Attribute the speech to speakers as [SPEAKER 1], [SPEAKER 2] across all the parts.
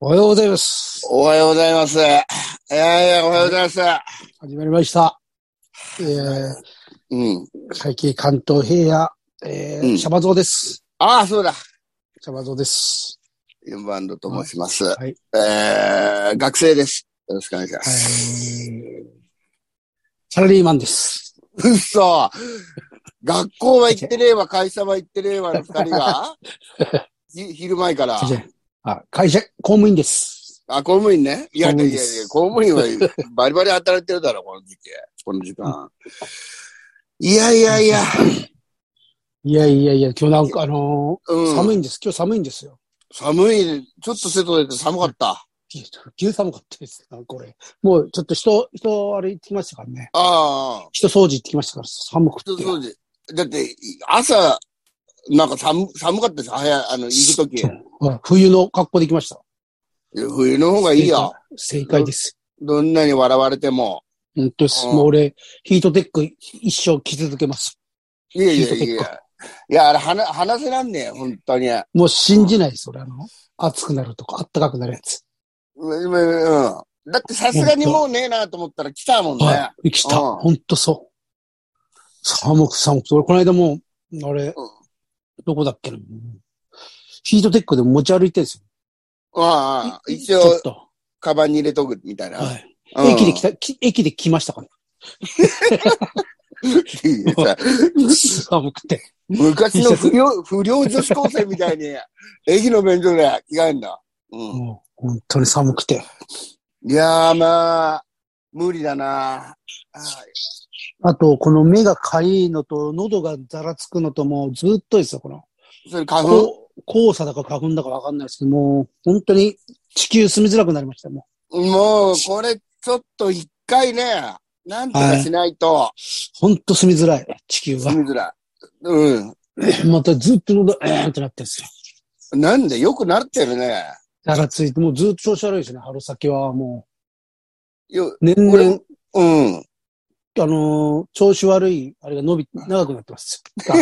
[SPEAKER 1] おはようございます。
[SPEAKER 2] おはようございます。いやいや、おはようございます。
[SPEAKER 1] 始まりました。えー、
[SPEAKER 2] うん。
[SPEAKER 1] 会計関東平野、えー
[SPEAKER 2] うん
[SPEAKER 1] シャバゾウです。
[SPEAKER 2] ああ、そうだ。
[SPEAKER 1] シャバゾウです。
[SPEAKER 2] ユンバウンドと申します。
[SPEAKER 1] い
[SPEAKER 2] えー、学生です。よろしくお願いしま
[SPEAKER 1] はい
[SPEAKER 2] す。。
[SPEAKER 1] サラリーマンです。
[SPEAKER 2] うっそ学校は行ってねえわ、会社は行ってねえわの二人 がひ昼前から。
[SPEAKER 1] 先生あ会社、公務員です。
[SPEAKER 2] あ、公務員ね。いや、い
[SPEAKER 1] 公務員
[SPEAKER 2] やい
[SPEAKER 1] で
[SPEAKER 2] や
[SPEAKER 1] す、
[SPEAKER 2] 公務員はバリバリ働いてるだろ、この時期。この時間。いやいやいや、
[SPEAKER 1] いやいやいや、今日なんかあのー
[SPEAKER 2] うん。
[SPEAKER 1] 寒
[SPEAKER 2] い。
[SPEAKER 1] いんです。今日寒いんですよ。
[SPEAKER 2] 寒い。ちょっと外出て寒かった。
[SPEAKER 1] 急寒かったです。なんかこれ。もうちょっと人、人歩いてきましたからね。
[SPEAKER 2] ああ。
[SPEAKER 1] 人掃除行ってきましたから、寒く
[SPEAKER 2] そう
[SPEAKER 1] て。
[SPEAKER 2] そうです。だって、朝、なんか寒寒かったです。早、あの、行くとき。
[SPEAKER 1] うん冬の格好できました。
[SPEAKER 2] 冬の方がいいよ。
[SPEAKER 1] 正解です。
[SPEAKER 2] どんなに笑われても。
[SPEAKER 1] 本当です。
[SPEAKER 2] うん
[SPEAKER 1] もう俺、ヒートテック一生着続けます。
[SPEAKER 2] いやいやい
[SPEAKER 1] いいとこ
[SPEAKER 2] や。いや、あれ、はな話せらんねえ、本当に。う
[SPEAKER 1] もう信じないです、俺。あの、暑くなるとか、暖かくなるやつ。
[SPEAKER 2] んうんうんだってさすがにもうねえなと思ったら来たもんね。
[SPEAKER 1] はい。来た。
[SPEAKER 2] うん
[SPEAKER 1] ほんとそう。寒く寒くて。俺、この間もう、あれ、どこだっけな。ヒートテックでも持ち歩いてるんですよ。
[SPEAKER 2] ああ、
[SPEAKER 1] い
[SPEAKER 2] 一
[SPEAKER 1] ちょ
[SPEAKER 2] 応
[SPEAKER 1] っ、と。
[SPEAKER 2] カバンに入れとくみたいな。
[SPEAKER 1] はい。
[SPEAKER 2] うん
[SPEAKER 1] 駅で来た、き駅で来ました から。
[SPEAKER 2] いいねさ
[SPEAKER 1] 寒くて。
[SPEAKER 2] 昔の不良、不良女子高生みたいに、駅の便所で着替えんだ。うん。
[SPEAKER 1] もう、本当に寒くて。
[SPEAKER 2] いやーまあ、無理だな。あ
[SPEAKER 1] あと、この目がかゆいのと、喉がざらつくのと、もうずっとですよ、この。
[SPEAKER 2] それ花粉
[SPEAKER 1] こう黄砂だか花粉だかわかんないですけど、もう本当に地球住みづらくなりましたよも
[SPEAKER 2] もう、これ、ちょっと一回ね、なんとかしないと、
[SPEAKER 1] う本当住みづらい、地球が
[SPEAKER 2] 住。みづらい。うん。
[SPEAKER 1] またずっと喉、えーんってなってるんですよ。
[SPEAKER 2] なんで、よくなってるね。
[SPEAKER 1] だからついて、もうずっと調子悪いですね、春先はも
[SPEAKER 2] よ、
[SPEAKER 1] う。年々、
[SPEAKER 2] 俺うん。
[SPEAKER 1] あのー調子悪い、あれが伸び、長くなってますよ。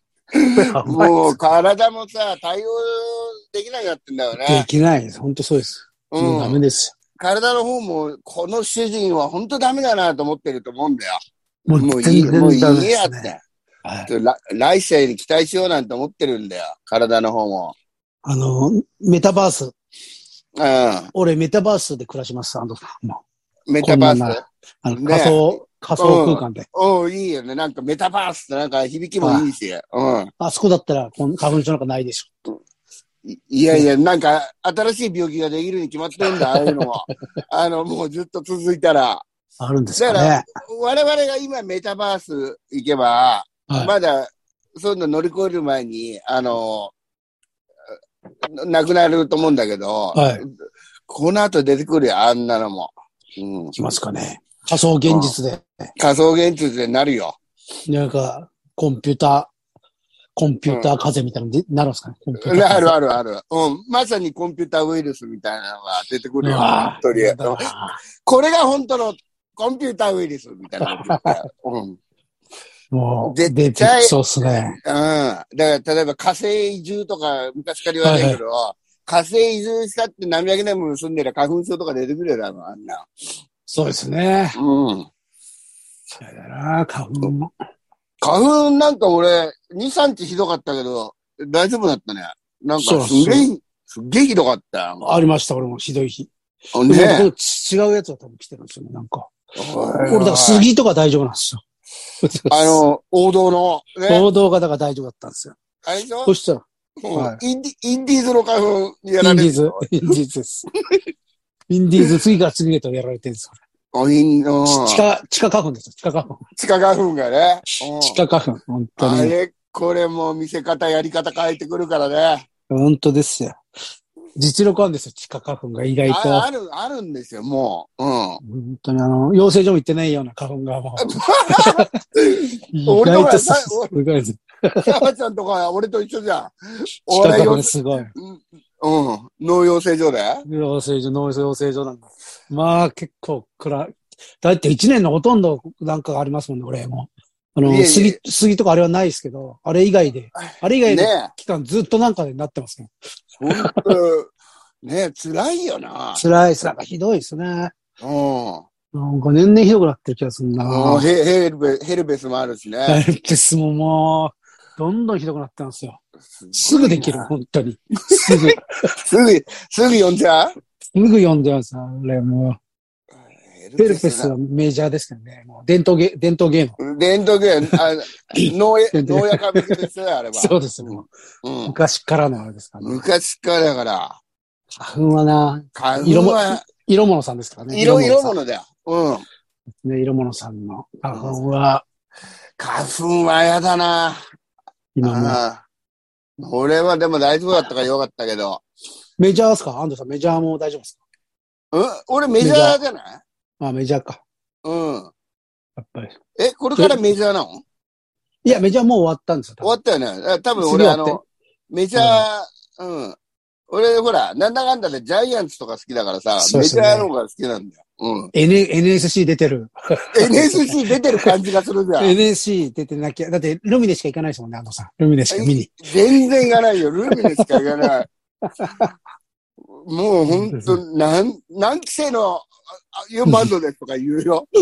[SPEAKER 2] もう、体もさ、対応できなくなってんだよ
[SPEAKER 1] で
[SPEAKER 2] ね。
[SPEAKER 1] きないです。本当そうです。もうダ
[SPEAKER 2] う
[SPEAKER 1] メ
[SPEAKER 2] ん。
[SPEAKER 1] です。
[SPEAKER 2] 体の方も、この主人は本当ダメだなと思ってると思うんだよ。
[SPEAKER 1] も
[SPEAKER 2] も
[SPEAKER 1] う
[SPEAKER 2] ういい、
[SPEAKER 1] 全
[SPEAKER 2] もうい
[SPEAKER 1] 然ダメ
[SPEAKER 2] い
[SPEAKER 1] で
[SPEAKER 2] や
[SPEAKER 1] す
[SPEAKER 2] っ
[SPEAKER 1] ね。
[SPEAKER 2] て。
[SPEAKER 1] はい
[SPEAKER 2] ちょ来来世に期待しようなんて思ってるんだよ。体の方も。
[SPEAKER 1] あのー、メタバース。
[SPEAKER 2] うん。
[SPEAKER 1] 俺、メタバースで暮らします、あの、も
[SPEAKER 2] メタバ
[SPEAKER 1] こんな
[SPEAKER 2] ー
[SPEAKER 1] ん
[SPEAKER 2] ス
[SPEAKER 1] な。うあの
[SPEAKER 2] ね
[SPEAKER 1] 仮想、仮想空間で。
[SPEAKER 2] おういいよね。なんかメタバースってなんか響きもいいし。うん。
[SPEAKER 1] あそこだったら、この花粉症なんかないでし
[SPEAKER 2] いいやいや、なんか、新しい病気ができるに決まってるんだ、ああいうのも。あの、もうずっと続いたら。
[SPEAKER 1] ょ。あるんですかね。
[SPEAKER 2] だから我々が今メタバース行けば、
[SPEAKER 1] はい
[SPEAKER 2] まだ、そういうの乗り越える前に、あの、なくなると思うんだけど、
[SPEAKER 1] はい
[SPEAKER 2] この後出てくるよ、あんなのも。うん
[SPEAKER 1] い、きますかね。仮想現実で、
[SPEAKER 2] 仮想現実になるよ。
[SPEAKER 1] なんか、コンピューター、コンピューター風邪みたいなので、 なるんですかね。コンピューター
[SPEAKER 2] あ
[SPEAKER 1] 風
[SPEAKER 2] る
[SPEAKER 1] 邪。
[SPEAKER 2] あるある。うん。まさにコンピューターウイルスみたいなのが出てくるよ。
[SPEAKER 1] うわ
[SPEAKER 2] 本当に
[SPEAKER 1] やだな
[SPEAKER 2] これが本当のコンピューターウイルスみたいなことだよ。うん。うん。
[SPEAKER 1] もう、
[SPEAKER 2] 絶
[SPEAKER 1] 出
[SPEAKER 2] 対
[SPEAKER 1] てきそうっすね。
[SPEAKER 2] だから、例えば火星移住とか、昔から言われるけど、火星移住したって何百年も住んでりゃ花粉症とか出てくるよ、多分、あんな。
[SPEAKER 1] そうですね。
[SPEAKER 2] うん。
[SPEAKER 1] そうだな、花粉も。
[SPEAKER 2] 花粉なんか俺、2、3日ひどかったけど、大丈夫だったね。なん
[SPEAKER 1] そう
[SPEAKER 2] かすげえ、すっげえひどかった。
[SPEAKER 1] ありました、俺も、ひどい日。
[SPEAKER 2] あ
[SPEAKER 1] でもなんか
[SPEAKER 2] ね
[SPEAKER 1] ち違うやつが多分来てるんですよね、なんか。俺、
[SPEAKER 2] 俺
[SPEAKER 1] だから杉とか大丈夫なんですよ。
[SPEAKER 2] あ の、王道の、ね。
[SPEAKER 1] 報道がだから大丈夫だったんですよ。
[SPEAKER 2] あれでしょ
[SPEAKER 1] そしたら、は
[SPEAKER 2] インディインディーズの花粉や
[SPEAKER 1] イ
[SPEAKER 2] ら
[SPEAKER 1] ンディ
[SPEAKER 2] れ
[SPEAKER 1] ー
[SPEAKER 2] る
[SPEAKER 1] ズ、インディーズです。 インディーズ、次から次へとやられてるんですよ。
[SPEAKER 2] おインの
[SPEAKER 1] ち地下、地下花粉ですよ。地下花粉。
[SPEAKER 2] 地下花粉がね。うん
[SPEAKER 1] 地下花粉。本当
[SPEAKER 2] あ
[SPEAKER 1] に。
[SPEAKER 2] れ、これも見せ方、やり方変えてくるからね。
[SPEAKER 1] 本当ですよ。実力あるんですよ。地下花粉が意外と。
[SPEAKER 2] あある、あるんですよ、もう。うん。
[SPEAKER 1] 本 当にあの、養成所も行ってないような花粉がもう。意
[SPEAKER 2] 俺
[SPEAKER 1] 外と
[SPEAKER 2] の方が
[SPEAKER 1] すすごいです。
[SPEAKER 2] 山ちゃんとか、俺と一緒じゃん。
[SPEAKER 1] 地下
[SPEAKER 2] 俺、
[SPEAKER 1] 花粉
[SPEAKER 2] よ
[SPEAKER 1] すごい。
[SPEAKER 2] うん。農養成所で
[SPEAKER 1] 養成所、農養成所なんだ。まあ結構暗い。だって一年のほとんどなんかありますもんね、俺も。あの、
[SPEAKER 2] いえいえ
[SPEAKER 1] 杉、杉とかあれはないですけど、あれ以外で、あれ以外
[SPEAKER 2] ね
[SPEAKER 1] の期間ずっとなんかでなってますね。
[SPEAKER 2] ほんとね辛いよな。
[SPEAKER 1] 辛いさ、なんかひどいですね。
[SPEAKER 2] うん。
[SPEAKER 1] なんか年々ひどくなってる気がする
[SPEAKER 2] もう
[SPEAKER 1] な。
[SPEAKER 2] ヘヘルベヘルベスもあるし
[SPEAKER 1] ダ
[SPEAKER 2] ね。
[SPEAKER 1] イペスももう、どんどんひどくなってますよ。
[SPEAKER 2] すご
[SPEAKER 1] すぐ
[SPEAKER 2] いな
[SPEAKER 1] できる、本当に。す ぐ、す
[SPEAKER 2] すぐ、すぐ呼んじゃう
[SPEAKER 1] ぐ読んでます、あれも
[SPEAKER 2] ヘ
[SPEAKER 1] う。ヘルペスはメジャーですからね。もう伝統ゲ、伝統ゲーム。
[SPEAKER 2] な。伝統芸、 あ農家、
[SPEAKER 1] 伝統
[SPEAKER 2] 農家歌舞伎ですよ、あれは。
[SPEAKER 1] そうですよ。もう
[SPEAKER 2] うん。
[SPEAKER 1] 昔からのあれですからね。
[SPEAKER 2] 昔からだから、
[SPEAKER 1] 花粉はな、
[SPEAKER 2] 花
[SPEAKER 1] 色
[SPEAKER 2] 粉
[SPEAKER 1] も
[SPEAKER 2] は、
[SPEAKER 1] 色物さんですからね。
[SPEAKER 2] 色、色
[SPEAKER 1] さん
[SPEAKER 2] 物だよ。うん。
[SPEAKER 1] ね、色物さんの花粉は、
[SPEAKER 2] 花粉は嫌だな。
[SPEAKER 1] 今も。
[SPEAKER 2] ああ。俺はでも大丈夫だったからよかったけど。
[SPEAKER 1] メジャーですか安藤さん、メジャーも大丈夫です
[SPEAKER 2] うん俺メジャーじゃない
[SPEAKER 1] かあ、メジャーか。
[SPEAKER 2] うん。
[SPEAKER 1] やっぱり。
[SPEAKER 2] え、これからメジャーなの
[SPEAKER 1] いや、メジャーもう終わったんですよ。多
[SPEAKER 2] 終
[SPEAKER 1] 分
[SPEAKER 2] わったよね。あ多分
[SPEAKER 1] 次終
[SPEAKER 2] 俺
[SPEAKER 1] わ
[SPEAKER 2] あ
[SPEAKER 1] って
[SPEAKER 2] の、メジャー、うん。俺、ほら、なんだかんだでジャイアンツとか好きだからさ、
[SPEAKER 1] そう
[SPEAKER 2] メ
[SPEAKER 1] です
[SPEAKER 2] ジ
[SPEAKER 1] ね
[SPEAKER 2] ャーの方が好きなんだよ。うん。
[SPEAKER 1] N- NSC 出てる。
[SPEAKER 2] NSC 出てる感じがするじ ゃん。
[SPEAKER 1] NSC 出てなきゃ。だって、ルミネしか行かないですもんね、安藤さん。ルミネしか見に。
[SPEAKER 2] 全然いかないよ。ルーミネしかいかない。もうほん と、なん、何期生の、ああバンドですとか言うよ。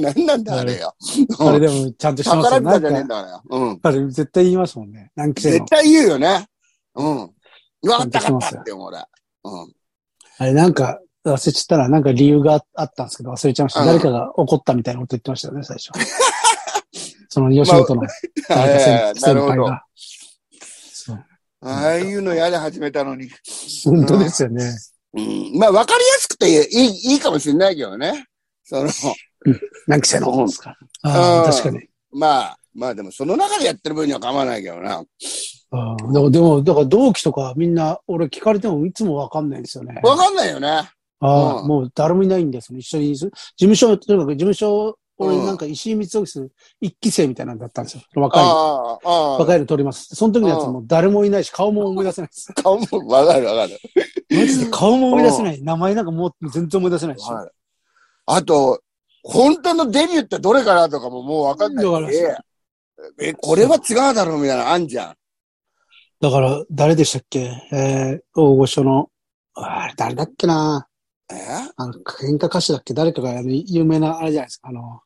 [SPEAKER 2] なんなんだあれよ。
[SPEAKER 1] あれでも、ちゃんとしてます
[SPEAKER 2] 宝
[SPEAKER 1] よ。な
[SPEAKER 2] 塚
[SPEAKER 1] ん
[SPEAKER 2] じゃねえん
[SPEAKER 1] か、
[SPEAKER 2] だからよ。うん。
[SPEAKER 1] あれ絶対言いますもんね。何期生の
[SPEAKER 2] 絶。対言うよね。うん。わかった
[SPEAKER 1] ちゃんとして
[SPEAKER 2] わ
[SPEAKER 1] ま
[SPEAKER 2] か
[SPEAKER 1] す
[SPEAKER 2] った
[SPEAKER 1] よ
[SPEAKER 2] って思う俺。うん。
[SPEAKER 1] あれなんか、忘れちゃったら、なんか理由がああったんですけど、忘れちゃいまし
[SPEAKER 2] う
[SPEAKER 1] た。
[SPEAKER 2] ん
[SPEAKER 1] 誰かが怒ったみたいなこと言ってましたよね、最 初。その、吉本の 誰か先,、
[SPEAKER 2] ええ な
[SPEAKER 1] 先
[SPEAKER 2] るほ
[SPEAKER 1] 輩
[SPEAKER 2] ど。
[SPEAKER 1] が。そう
[SPEAKER 2] ああいうのやで始めたのに。
[SPEAKER 1] 本当ですよね。
[SPEAKER 2] うん。まあ、わかりやすくていい、いいかもしれないけどね。その、
[SPEAKER 1] 何期生のですか。あ
[SPEAKER 2] う
[SPEAKER 1] あ、
[SPEAKER 2] ん
[SPEAKER 1] 確かに。
[SPEAKER 2] まあ、まあでもその中でやってる分には構わないけどな。
[SPEAKER 1] ああでも、でも、だから同期とかみんな、俺聞かれてもいつもわかんないんですよね。
[SPEAKER 2] わかんないよね。
[SPEAKER 1] ああ、
[SPEAKER 2] うん
[SPEAKER 1] もう誰もいないんですよね。一緒にいる。事務所、とにかく事務所、俺
[SPEAKER 2] うん
[SPEAKER 1] なんか石井光雄一期生みたいなんだったんですよ。若い、
[SPEAKER 2] ああ、ああ。
[SPEAKER 1] 若いの撮ります。その時のやつ
[SPEAKER 2] うん
[SPEAKER 1] も誰もいないし、顔も思い出せない です。
[SPEAKER 2] 顔も、わかるわかる。
[SPEAKER 1] マジで顔も思い出せない。名前なんかもう全然思い出せないし。
[SPEAKER 2] はい。あと、本当のデビューってどれかなとかももうわかんな
[SPEAKER 1] わか
[SPEAKER 2] い
[SPEAKER 1] り
[SPEAKER 2] し
[SPEAKER 1] ま。
[SPEAKER 2] え、これは違うだろうみたいなのあんじゃん。
[SPEAKER 1] だから、誰でしたっけえー、大御所の、あれ誰だっけな
[SPEAKER 2] え
[SPEAKER 1] あの、演歌歌手だっけ誰かが、あの、有名な、あれじゃないですか。あの、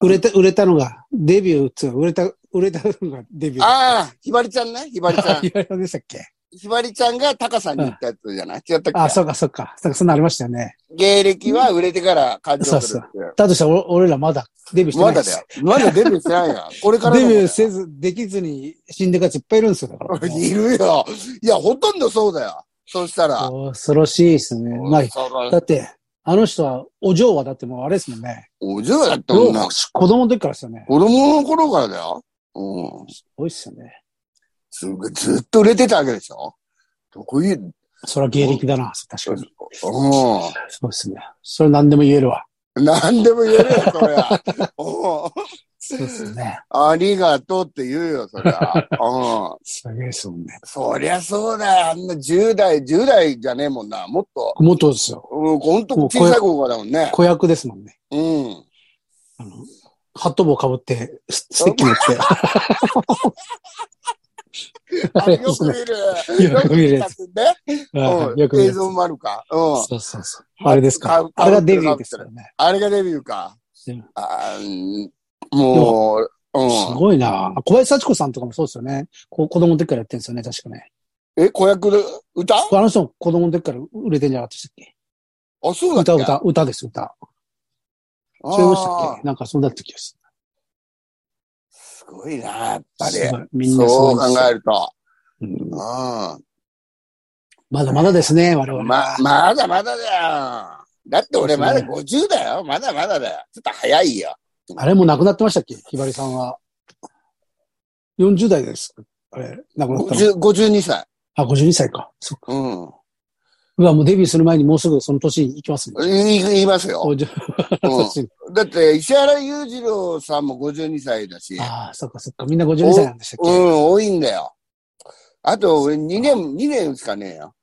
[SPEAKER 1] 売れた、売れたのが、デビューっつうか売れた、売れたのがデビュー。
[SPEAKER 2] ああ、ひばりちゃんね。ひばり ちゃん。
[SPEAKER 1] 言われたんでしたっけ
[SPEAKER 2] ひばりちゃんがタカさんに言ったやつじゃない違ったっけ
[SPEAKER 1] あ、そうか、そうか。そうか、そんなのありましたよね。
[SPEAKER 2] 芸歴は売れてから感情するっていう。
[SPEAKER 1] だとしたら、お俺らまだデビューしてな
[SPEAKER 2] ま
[SPEAKER 1] いで
[SPEAKER 2] だ
[SPEAKER 1] す
[SPEAKER 2] だよ。。まだデビューしてないよ。これから
[SPEAKER 1] デ
[SPEAKER 2] だもん
[SPEAKER 1] ビューせず、できずに死んでるやついっぱいいるんですよ。だからもう
[SPEAKER 2] いるよ。いや、ほとんどそうだよ。そうしたら。
[SPEAKER 1] 恐ろしいですね。まあ、
[SPEAKER 2] そら
[SPEAKER 1] だって、あの人は、お嬢はだってもうあれですもんね。
[SPEAKER 2] お嬢だったもんな。
[SPEAKER 1] 子供の時からですよね。
[SPEAKER 2] 子供の頃からだよ。うん。
[SPEAKER 1] 多いっすよね。
[SPEAKER 2] すごい、ずっと売れてたわけでしょどこいう、うん。
[SPEAKER 1] それは芸歴だな、確かに。そうですね。それ何でも言えるわ。
[SPEAKER 2] 何でも言えるよ、そりゃ。うん
[SPEAKER 1] そうです ね。
[SPEAKER 2] ありがとうって言うよ、そりゃ。うん。
[SPEAKER 1] すげえですもんね。
[SPEAKER 2] そりゃそうだよ。あんな10代、10代じゃねえもんな。もっと、
[SPEAKER 1] もっとですよ。
[SPEAKER 2] うん、ほんと小さい子からだもんね。
[SPEAKER 1] 子役ですもんね。
[SPEAKER 2] うん。
[SPEAKER 1] あの、ハット帽被って、スステッキ持って。あ
[SPEAKER 2] あ
[SPEAKER 1] れ
[SPEAKER 2] よ
[SPEAKER 1] です
[SPEAKER 2] く
[SPEAKER 1] ね
[SPEAKER 2] 見る。
[SPEAKER 1] よく見るやつ
[SPEAKER 2] よく見たやつね。
[SPEAKER 1] はいよく
[SPEAKER 2] うん。
[SPEAKER 1] 見
[SPEAKER 2] 映
[SPEAKER 1] る
[SPEAKER 2] 像もあるか。うん。
[SPEAKER 1] そうそうそう。あれですか。
[SPEAKER 2] か
[SPEAKER 1] あれがデビューですからね。
[SPEAKER 2] あれがデビューか
[SPEAKER 1] うん。
[SPEAKER 2] あーうんもう、う
[SPEAKER 1] す
[SPEAKER 2] ん。
[SPEAKER 1] ごいな小林幸子さんとかもそうですよね。こ子供の時からやってるんですよね、確かね。
[SPEAKER 2] え、子役で歌
[SPEAKER 1] あの人も子供の時から売れてんじゃなかったでしたっけ
[SPEAKER 2] あ、そうだっけ
[SPEAKER 1] 歌、歌、歌です、歌。
[SPEAKER 2] あ
[SPEAKER 1] 違いましたっ
[SPEAKER 2] ー
[SPEAKER 1] けなんかそうだった気がす
[SPEAKER 2] すごいな、やっぱ
[SPEAKER 1] る。
[SPEAKER 2] り。
[SPEAKER 1] すごいみんな
[SPEAKER 2] そう
[SPEAKER 1] です
[SPEAKER 2] 考えると。
[SPEAKER 1] うん
[SPEAKER 2] うん。
[SPEAKER 1] まだまだですね、我々。
[SPEAKER 2] ま、まだまだだよ。だって俺まだ50だよ。まだまだだよ。ちょっと早いよ。
[SPEAKER 1] あれも亡くなってましたっけひばりさんは。40代です。あれ、亡くなったの。
[SPEAKER 2] 50 52歳。
[SPEAKER 1] あ、52歳か。そっか。
[SPEAKER 2] うん。
[SPEAKER 1] うわ、もうデビューする前にもうすぐその年に行きますね。
[SPEAKER 2] い言いま すよ。
[SPEAKER 1] おじゃ年に
[SPEAKER 2] だって、石原裕次郎さんも52歳だし。
[SPEAKER 1] ああ、そっかそっか。みんな52歳なんでしたっ
[SPEAKER 2] う
[SPEAKER 1] け
[SPEAKER 2] ん、多いんだよ。あと、俺2年、2年しかねえよ。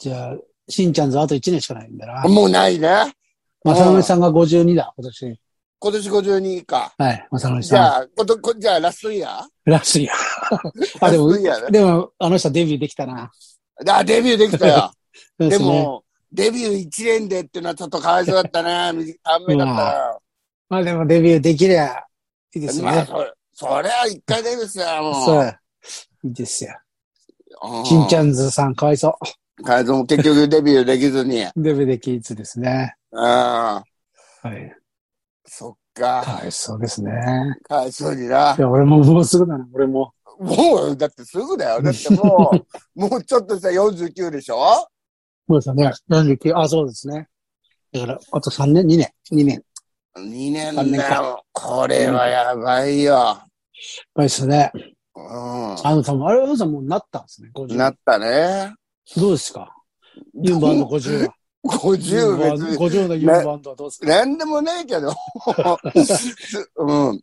[SPEAKER 1] じゃあ、しんちゃんズあと1年しかないんだな。
[SPEAKER 2] もうないね。
[SPEAKER 1] まさのりさんが52だ、今年。
[SPEAKER 2] 今年52か。
[SPEAKER 1] はい、まさのり
[SPEAKER 2] じ
[SPEAKER 1] さ
[SPEAKER 2] ゃあ、ことこじゃあラストイヤー
[SPEAKER 1] ん。ラスイヤ ー。あ、で
[SPEAKER 2] ラ
[SPEAKER 1] も
[SPEAKER 2] スト、イヤー
[SPEAKER 1] でも、あの人はデビューできたな。
[SPEAKER 2] だ。あ、デビューできたよ。
[SPEAKER 1] そう
[SPEAKER 2] です
[SPEAKER 1] ね。
[SPEAKER 2] も、デビュー1年でっていうのはちょっとかわいそうだったな。短命だったな。
[SPEAKER 1] まあでもデビューできりゃいいですよ
[SPEAKER 2] まあ、
[SPEAKER 1] ね。
[SPEAKER 2] そそれは一回デビューしたら
[SPEAKER 1] そ
[SPEAKER 2] もう。
[SPEAKER 1] う。いいですよ。
[SPEAKER 2] うん
[SPEAKER 1] しんちゃんずさんかわいそ
[SPEAKER 2] カイゾも結局デビューできずに。
[SPEAKER 1] う。デビューできずですね。
[SPEAKER 2] ああ、
[SPEAKER 1] はい。
[SPEAKER 2] そっか。
[SPEAKER 1] かわいそうですね。。
[SPEAKER 2] かわいそうにない
[SPEAKER 1] や、俺ももうすぐだな、俺も。
[SPEAKER 2] もう、だってすぐだよ。だっても う、もうちょっとしたら49でしょ
[SPEAKER 1] そうですよね。49、あ、そうですね。だから、あと3年、2年、2年。や
[SPEAKER 2] ?2
[SPEAKER 1] 三
[SPEAKER 2] 年
[SPEAKER 1] 年
[SPEAKER 2] だ
[SPEAKER 1] か
[SPEAKER 2] よ。これはやばいよ。
[SPEAKER 1] ばいですね。
[SPEAKER 2] う
[SPEAKER 1] あのさんも、あれ、あのさんもうなったんですね、
[SPEAKER 2] ん。
[SPEAKER 1] 50。
[SPEAKER 2] なったね。
[SPEAKER 1] どうですかユンバンド50は。ユンバ
[SPEAKER 2] 50
[SPEAKER 1] ン
[SPEAKER 2] 別に。
[SPEAKER 1] 50のユンバンドはどうですか
[SPEAKER 2] なんでもないけど。 うん。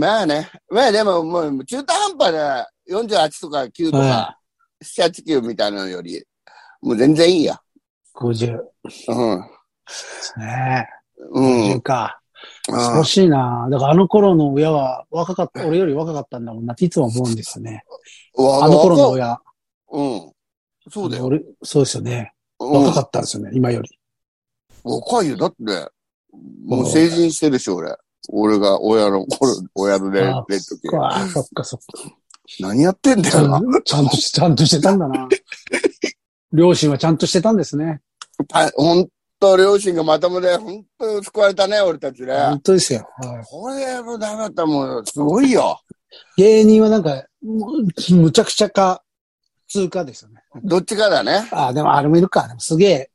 [SPEAKER 2] まあね。まあでも、もう中途半端な48とか9とか、
[SPEAKER 1] は
[SPEAKER 2] 7、8、9みたいなのより、もう全然いいや。
[SPEAKER 1] い。50で
[SPEAKER 2] うん。
[SPEAKER 1] すね。
[SPEAKER 2] うん。
[SPEAKER 1] 50か。
[SPEAKER 2] う
[SPEAKER 1] 恐ろ
[SPEAKER 2] ん
[SPEAKER 1] しいな。だからあの頃の親は若かった、俺より若かったんだもんなっていつも思うんですよね。あの頃の親。
[SPEAKER 2] うん。そうだよ。
[SPEAKER 1] 俺そうですよね。
[SPEAKER 2] うん
[SPEAKER 1] 若かったんですよね、今より。
[SPEAKER 2] 若いよ。だって、もう成人してるし、俺。俺が親の頃、親の
[SPEAKER 1] あ
[SPEAKER 2] 年齢の時。
[SPEAKER 1] うわそっかそっか。
[SPEAKER 2] 何やってんだ
[SPEAKER 1] ちゃ
[SPEAKER 2] よな。
[SPEAKER 1] んちゃんとし、ちゃんとしてたんだ な。両親はちゃんとしてたんですね。
[SPEAKER 2] たほんと、両親がまともで、ほんと救われたね、俺たちね。
[SPEAKER 1] 本当ですよ。はい
[SPEAKER 2] これもダメだったもん。すごいよ。
[SPEAKER 1] 芸人はなんか、むむちゃくちゃか、通過ですよね。
[SPEAKER 2] どっちかだね。
[SPEAKER 1] ああ、でもあれもいるか。でもすげえ、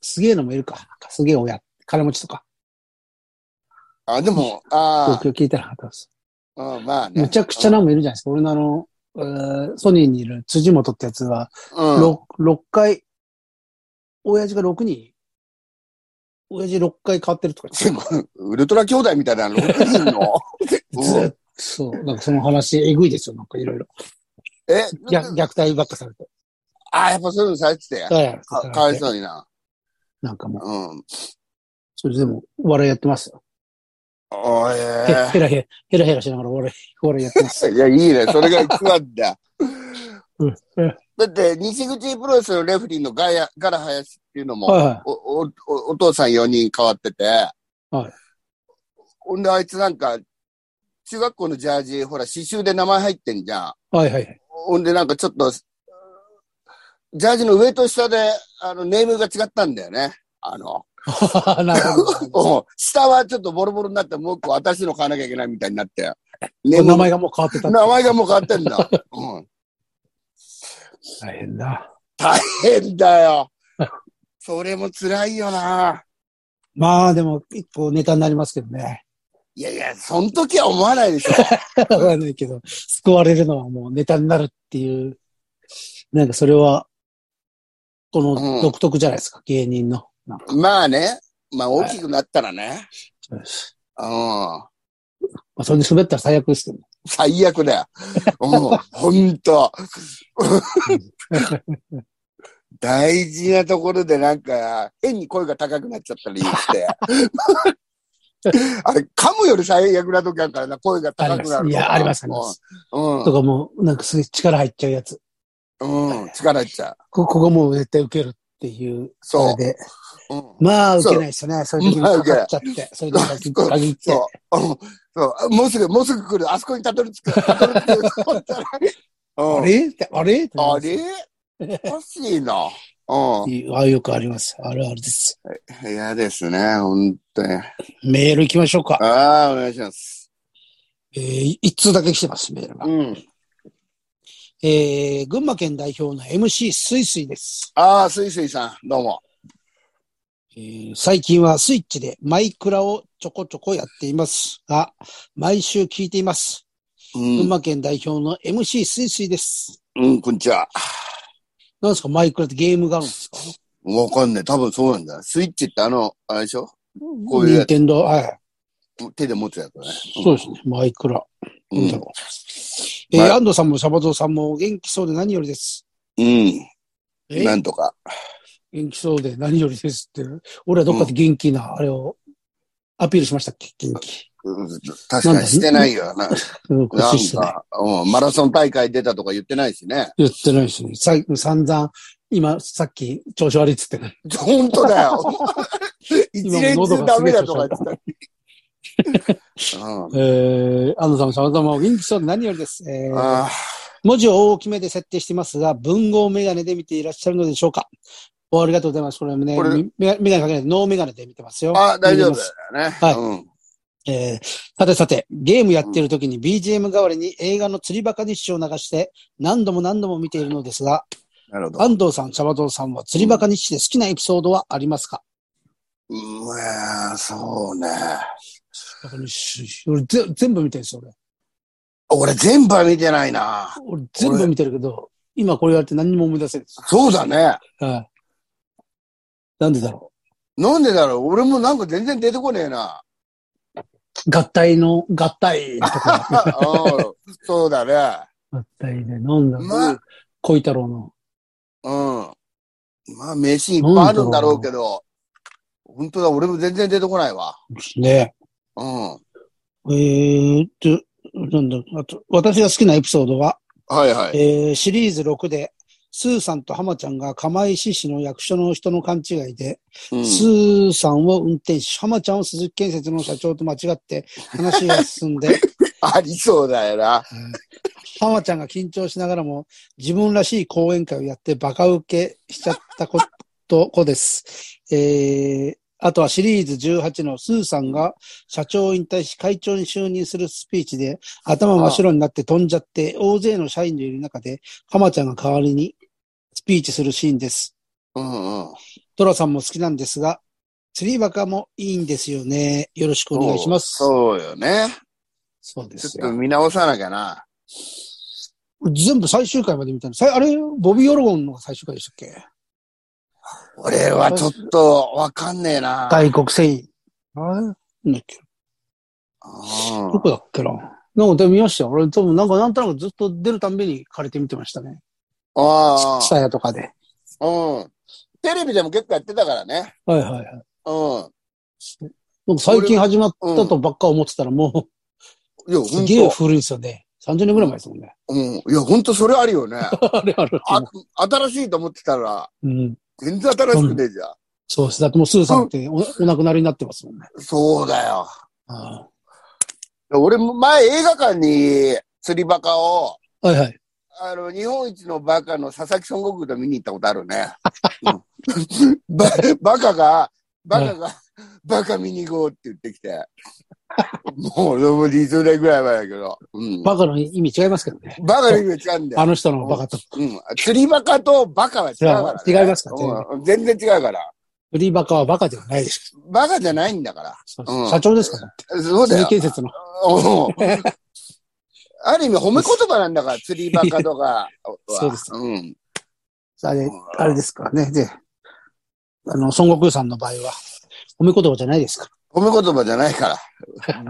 [SPEAKER 1] すげえのもいるか。なんかすげえ親、金持ちとか。
[SPEAKER 2] あ、でも、
[SPEAKER 1] 東
[SPEAKER 2] あ
[SPEAKER 1] 京聞いたらあったです。
[SPEAKER 2] あ、うん、まあね。
[SPEAKER 1] むちゃくちゃなんもいるじゃないですか。俺のあの、えーソニーにいる辻元ってやつは、
[SPEAKER 2] うん。
[SPEAKER 1] ろ六 6, 回、親父が6人、親父6回変わってるとか
[SPEAKER 2] すごいウルトラ兄弟みたいなの、6人の。
[SPEAKER 1] 言 ってずっと、そう、なんかその話、えぐいですよ、なんかいろいろ。
[SPEAKER 2] え、
[SPEAKER 1] ぎゃ虐待ばっかされて。
[SPEAKER 2] あ、やっぱそういうのされてて。
[SPEAKER 1] はい
[SPEAKER 2] かかわいそうにな。
[SPEAKER 1] なんかもう、
[SPEAKER 2] うん。
[SPEAKER 1] それでも、お笑いやってますよ。
[SPEAKER 2] おー
[SPEAKER 1] へ
[SPEAKER 2] え
[SPEAKER 1] へらへら、へらへらしながらお笑い、お笑いやってます。
[SPEAKER 2] ーいや、いいね。それが一番だ。
[SPEAKER 1] うんうん
[SPEAKER 2] だって、西口プロレスのレフェリーのガヤガラハヤシっていうのも、
[SPEAKER 1] はいはい。
[SPEAKER 2] おおおお父さん4人変わってて、
[SPEAKER 1] はい
[SPEAKER 2] ほんで、あいつなんか、中学校のジャージ、ほら、刺繍で名前入ってんじゃん。
[SPEAKER 1] はいはいはい。
[SPEAKER 2] ほんで、なんかちょっと、ジャージの上と下で、あの、ネームが違ったんだよね。あの、
[SPEAKER 1] なるほど。
[SPEAKER 2] うん下はちょっとボロボロになって、もう一個私の買わなきゃいけないみたいになって。ネ
[SPEAKER 1] 名前がもう変わってた。
[SPEAKER 2] 名前がもう変わって んだ。うん。
[SPEAKER 1] 大変だ。
[SPEAKER 2] 大変だよ。それも辛いよな。
[SPEAKER 1] まあでも、一個ネタになりますけどね。
[SPEAKER 2] いやいや、その時は思わないでしょ。
[SPEAKER 1] わかんないけど、救われるのはもうネタになるっていう、なんかそれは、こ
[SPEAKER 2] う
[SPEAKER 1] の
[SPEAKER 2] ん
[SPEAKER 1] 独特じゃないですか、芸人の。なんか
[SPEAKER 2] まあね。まあ大きくなったらね。
[SPEAKER 1] ま
[SPEAKER 2] うん。
[SPEAKER 1] あ、それで滑ったら最悪ですけどね。
[SPEAKER 2] 最 悪だよ。うん。ほんと。大事なところでなんか、変に声が高くなっちゃった りして。あれ、噛むより最悪な時あるからな、声が
[SPEAKER 1] あ
[SPEAKER 2] 高
[SPEAKER 1] り
[SPEAKER 2] く
[SPEAKER 1] ま
[SPEAKER 2] な
[SPEAKER 1] す。
[SPEAKER 2] る。
[SPEAKER 1] いや、あります、あります。
[SPEAKER 2] うん。
[SPEAKER 1] とかもう、なんかすごい力入っちゃうやつ。
[SPEAKER 2] うん。うん。力入っちゃ
[SPEAKER 1] こここもう絶対受けるっていう。
[SPEAKER 2] そう
[SPEAKER 1] あれで。
[SPEAKER 2] う。うん。
[SPEAKER 1] まあ、受けないですよね。そういう時にかかっちゃって。そういう時に限って。
[SPEAKER 2] そう。うんそう。もうすぐ、もうすぐ来る。あそこにたどり着く。たどり着く。 ほんとだう
[SPEAKER 1] あ
[SPEAKER 2] ん
[SPEAKER 1] れってあれ
[SPEAKER 2] あれおかしいな。う
[SPEAKER 1] ああ、よくあります。あるあるです。
[SPEAKER 2] ん。嫌ですね、本当に。
[SPEAKER 1] メール行きましょうか。
[SPEAKER 2] ああ、お願いします。
[SPEAKER 1] えー、一通だけ来てます、メールが。
[SPEAKER 2] うん。
[SPEAKER 1] えー、群馬県代表の MC スイスイです。
[SPEAKER 2] ああ、すいすいさん、どうも。
[SPEAKER 1] えー最近はスイッチでマイクラをちょこちょこやっていますが、毎週聞いています。
[SPEAKER 2] う
[SPEAKER 1] 群
[SPEAKER 2] ん、
[SPEAKER 1] 馬県代表の MC スイスイです。
[SPEAKER 2] うん、こんにちは。
[SPEAKER 1] なんですか、マイクラってゲームがあるんですか
[SPEAKER 2] わかんない。多分そうなんだ。スイッチってあの、あれでしょこういう
[SPEAKER 1] 任
[SPEAKER 2] や
[SPEAKER 1] 天堂はい。
[SPEAKER 2] 手で持つやつだね。
[SPEAKER 1] そうですね、マイクラ。
[SPEAKER 2] う
[SPEAKER 1] なんだ
[SPEAKER 2] ん。
[SPEAKER 1] ろう。えー
[SPEAKER 2] はい
[SPEAKER 1] 安藤さんもシャバゾウさんもお元気そうで何よりです。
[SPEAKER 2] う
[SPEAKER 1] え
[SPEAKER 2] ん。なんとか。
[SPEAKER 1] 元気そうで何よりですって、俺はどっかで元気な、あれを、アピールしましたっけ元気。
[SPEAKER 2] うん確かにしてないよ。な
[SPEAKER 1] うん、こっ
[SPEAKER 2] な
[SPEAKER 1] ち
[SPEAKER 2] ん
[SPEAKER 1] してない。
[SPEAKER 2] か、うん、マラソン大会出たとか言ってないしね。
[SPEAKER 1] 言ってないしね。さ散々、今、さっき、調子悪いっつってね。
[SPEAKER 2] 本当だよ。一連中ダメだとか言 ってた。うん
[SPEAKER 1] えー、安野さん、さまざまお元気そうで何よりです。えー
[SPEAKER 2] あ
[SPEAKER 1] 文字を大きめで設定していますが、文豪メガネで見ていらっしゃるのでしょうかおありがとうございます。これね、
[SPEAKER 2] これ
[SPEAKER 1] みメガメガネかけないで、ノーメガネで見てますよ。
[SPEAKER 2] ーあ、大丈夫だよね。
[SPEAKER 1] はい
[SPEAKER 2] うん
[SPEAKER 1] えーさてさて、ゲームやっている時に BGM 代わりに映画の釣りバカ日誌を流して何度も何度も見ているのですが、
[SPEAKER 2] なるほど。
[SPEAKER 1] 安藤さん、サバトンさんは釣りバカ日誌で好きなエピソードはありますか
[SPEAKER 2] うわーそうね。
[SPEAKER 1] バカ日誌俺ぜ全部見てるんですよ、俺。
[SPEAKER 2] 俺全部は見てないな。
[SPEAKER 1] 俺全部見てるけど、今これ言われて何にも思い出せないです。
[SPEAKER 2] そうだね。
[SPEAKER 1] はい。なんでだろ
[SPEAKER 2] なんでだろう俺もなんか全然出てこねえな。
[SPEAKER 1] う。合体の、合体とか。
[SPEAKER 2] うんそうだね。
[SPEAKER 1] 合体で、なんだろう。
[SPEAKER 2] まあ
[SPEAKER 1] 小太郎の。
[SPEAKER 2] うん。まあ、飯いっぱいあるんだろうけど、本当だ、俺も全然出てこないわ。
[SPEAKER 1] ね。
[SPEAKER 2] うん。は
[SPEAKER 1] えーっと、なんだろう。あと、私が好きなエピソードは、
[SPEAKER 2] いはい。
[SPEAKER 1] えーシリーズ6で、スーさんとハマちゃんが釜石市の役所の人の勘違いで、
[SPEAKER 2] うん
[SPEAKER 1] スーさんを運転手、ハマちゃんを鈴木建設の社長と間違って話が進んで、
[SPEAKER 2] ありそうだよな。
[SPEAKER 1] ハマちゃんが緊張しながらも自分らしい講演会をやってバカ受けしちゃったこと、子です。 えー、あとはシリーズ18のスーさんが社長を引退し会長に就任するスピーチで頭真っ白になって飛んじゃって大勢の社員のいる中でハマちゃんが代わりにスピーチするシーンです。
[SPEAKER 2] うんうん。
[SPEAKER 1] トラさんも好きなんですが、釣りバカもいいんですよね。よろしくお願いします。そう
[SPEAKER 2] そうそうよね。
[SPEAKER 1] です
[SPEAKER 2] ちょっと
[SPEAKER 1] よ。
[SPEAKER 2] 見直さなきゃな。
[SPEAKER 1] 全部最終回まで見たの。さいあれ、ボビー・オロゴンのが最終回でしたっけ
[SPEAKER 2] 俺はちょっとわかんねえな。
[SPEAKER 1] 外国船員。あれなんだっけ
[SPEAKER 2] うん
[SPEAKER 1] どこだっけななんかでも見ましたよ。俺、多分なんかなんとなくずっと出るたんびに借りて見てましたね。
[SPEAKER 2] あ
[SPEAKER 1] スタヤとかで。
[SPEAKER 2] あ、うん。テレビでも結構やってたからね。
[SPEAKER 1] はいはいはい。
[SPEAKER 2] う
[SPEAKER 1] なんか最近始まったとばっか思ってたらも
[SPEAKER 2] ん。いや、
[SPEAKER 1] う、すげえ
[SPEAKER 2] 本
[SPEAKER 1] 古いんですよね。30年ぐらい前ですもんね。
[SPEAKER 2] 当うん。いや、本当それあるよね。
[SPEAKER 1] あれある。
[SPEAKER 2] あ、新しいと思ってたら、
[SPEAKER 1] うん。
[SPEAKER 2] 全然新しくねえじゃん。
[SPEAKER 1] そうです。だってもうスーさんっておお亡くなりになってますもんね。
[SPEAKER 2] そうだよ。
[SPEAKER 1] あ
[SPEAKER 2] 俺も前映画館に釣りバカを、
[SPEAKER 1] あはいはい。
[SPEAKER 2] あの、日本一のバカの佐々木孫悟空と見に行ったことあるね。うん ババカが、バカが、バカ見に行こうって言ってきて。もう、でも20年ぐらい前だけど。うん。バ
[SPEAKER 1] バカの意味違いますけどね。
[SPEAKER 2] カの意味が違うんだよ。
[SPEAKER 1] あの人のバカと。
[SPEAKER 2] うん。釣りバカとバカは違うから、ね。
[SPEAKER 1] 違いますか
[SPEAKER 2] うん全然違うから。
[SPEAKER 1] フリーバカはバカではないでしょ。
[SPEAKER 2] バカじゃないんだから。
[SPEAKER 1] そう
[SPEAKER 2] うん
[SPEAKER 1] 社長ですから。
[SPEAKER 2] そうだ
[SPEAKER 1] 鈴
[SPEAKER 2] よ
[SPEAKER 1] 木。建設の。
[SPEAKER 2] うんある意味褒め言葉なんだから、釣りバカとかは。
[SPEAKER 1] そうです
[SPEAKER 2] うん。
[SPEAKER 1] あれ、あれですからね。で、あの、孫悟空さんの場合は、褒め言葉じゃないですか
[SPEAKER 2] 褒め言葉じゃないか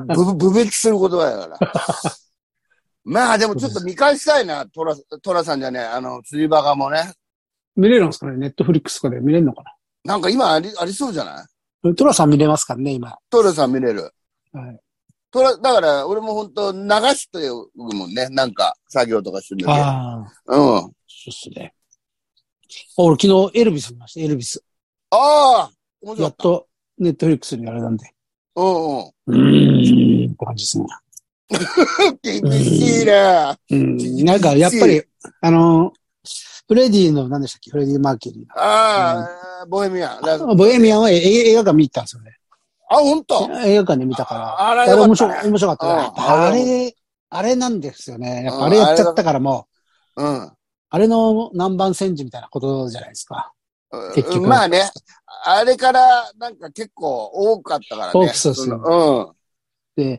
[SPEAKER 2] ら。ぶ、ぶべきする言葉だから。まあでもちょっと見返したいな、トラ、トラさんじゃねえ、あの、釣りバカもね。
[SPEAKER 1] 見れるんですかねネットフリックスとかで見れるのか
[SPEAKER 2] なんか今あり、ありそうじゃない
[SPEAKER 1] なトラさん見れますからね、今。
[SPEAKER 2] トラさん見れる。
[SPEAKER 1] はい。
[SPEAKER 2] トラ、だから俺も本当流してるもんね。なんか、作業とかするんだ
[SPEAKER 1] ああ、
[SPEAKER 2] けど。うん。
[SPEAKER 1] そうっすね。俺昨日エルビス見ました、エルビス。
[SPEAKER 2] ああ面白
[SPEAKER 1] や
[SPEAKER 2] かっ。
[SPEAKER 1] ったとネットフリックスにあれなんで。
[SPEAKER 2] うんうん。
[SPEAKER 1] うーん、って感じですね。
[SPEAKER 2] 厳しいね。
[SPEAKER 1] うん、なんかやっぱり、あの、フレディの何でしたっけフレディ・マーキュリー
[SPEAKER 2] ああ、ボヘミアン。だ
[SPEAKER 1] の。ボエミアンはえ映画館見に行ったんですよね。
[SPEAKER 2] あ、本当。
[SPEAKER 1] 映画館で見たから。
[SPEAKER 2] ああ
[SPEAKER 1] あ
[SPEAKER 2] ら
[SPEAKER 1] れ
[SPEAKER 2] よか
[SPEAKER 1] 面
[SPEAKER 2] った
[SPEAKER 1] 白
[SPEAKER 2] ね
[SPEAKER 1] い、面白かったね。
[SPEAKER 2] うん
[SPEAKER 1] やっぱあ
[SPEAKER 2] あ
[SPEAKER 1] れ、あれなんですよね。やっぱあれやっちゃったからもう、
[SPEAKER 2] うん。
[SPEAKER 1] あれの南蛮戦時みたいなことじゃないですか。結局
[SPEAKER 2] まあね、あれからなんか結構多かったからね。
[SPEAKER 1] 多くそうそう
[SPEAKER 2] そのうん。
[SPEAKER 1] で、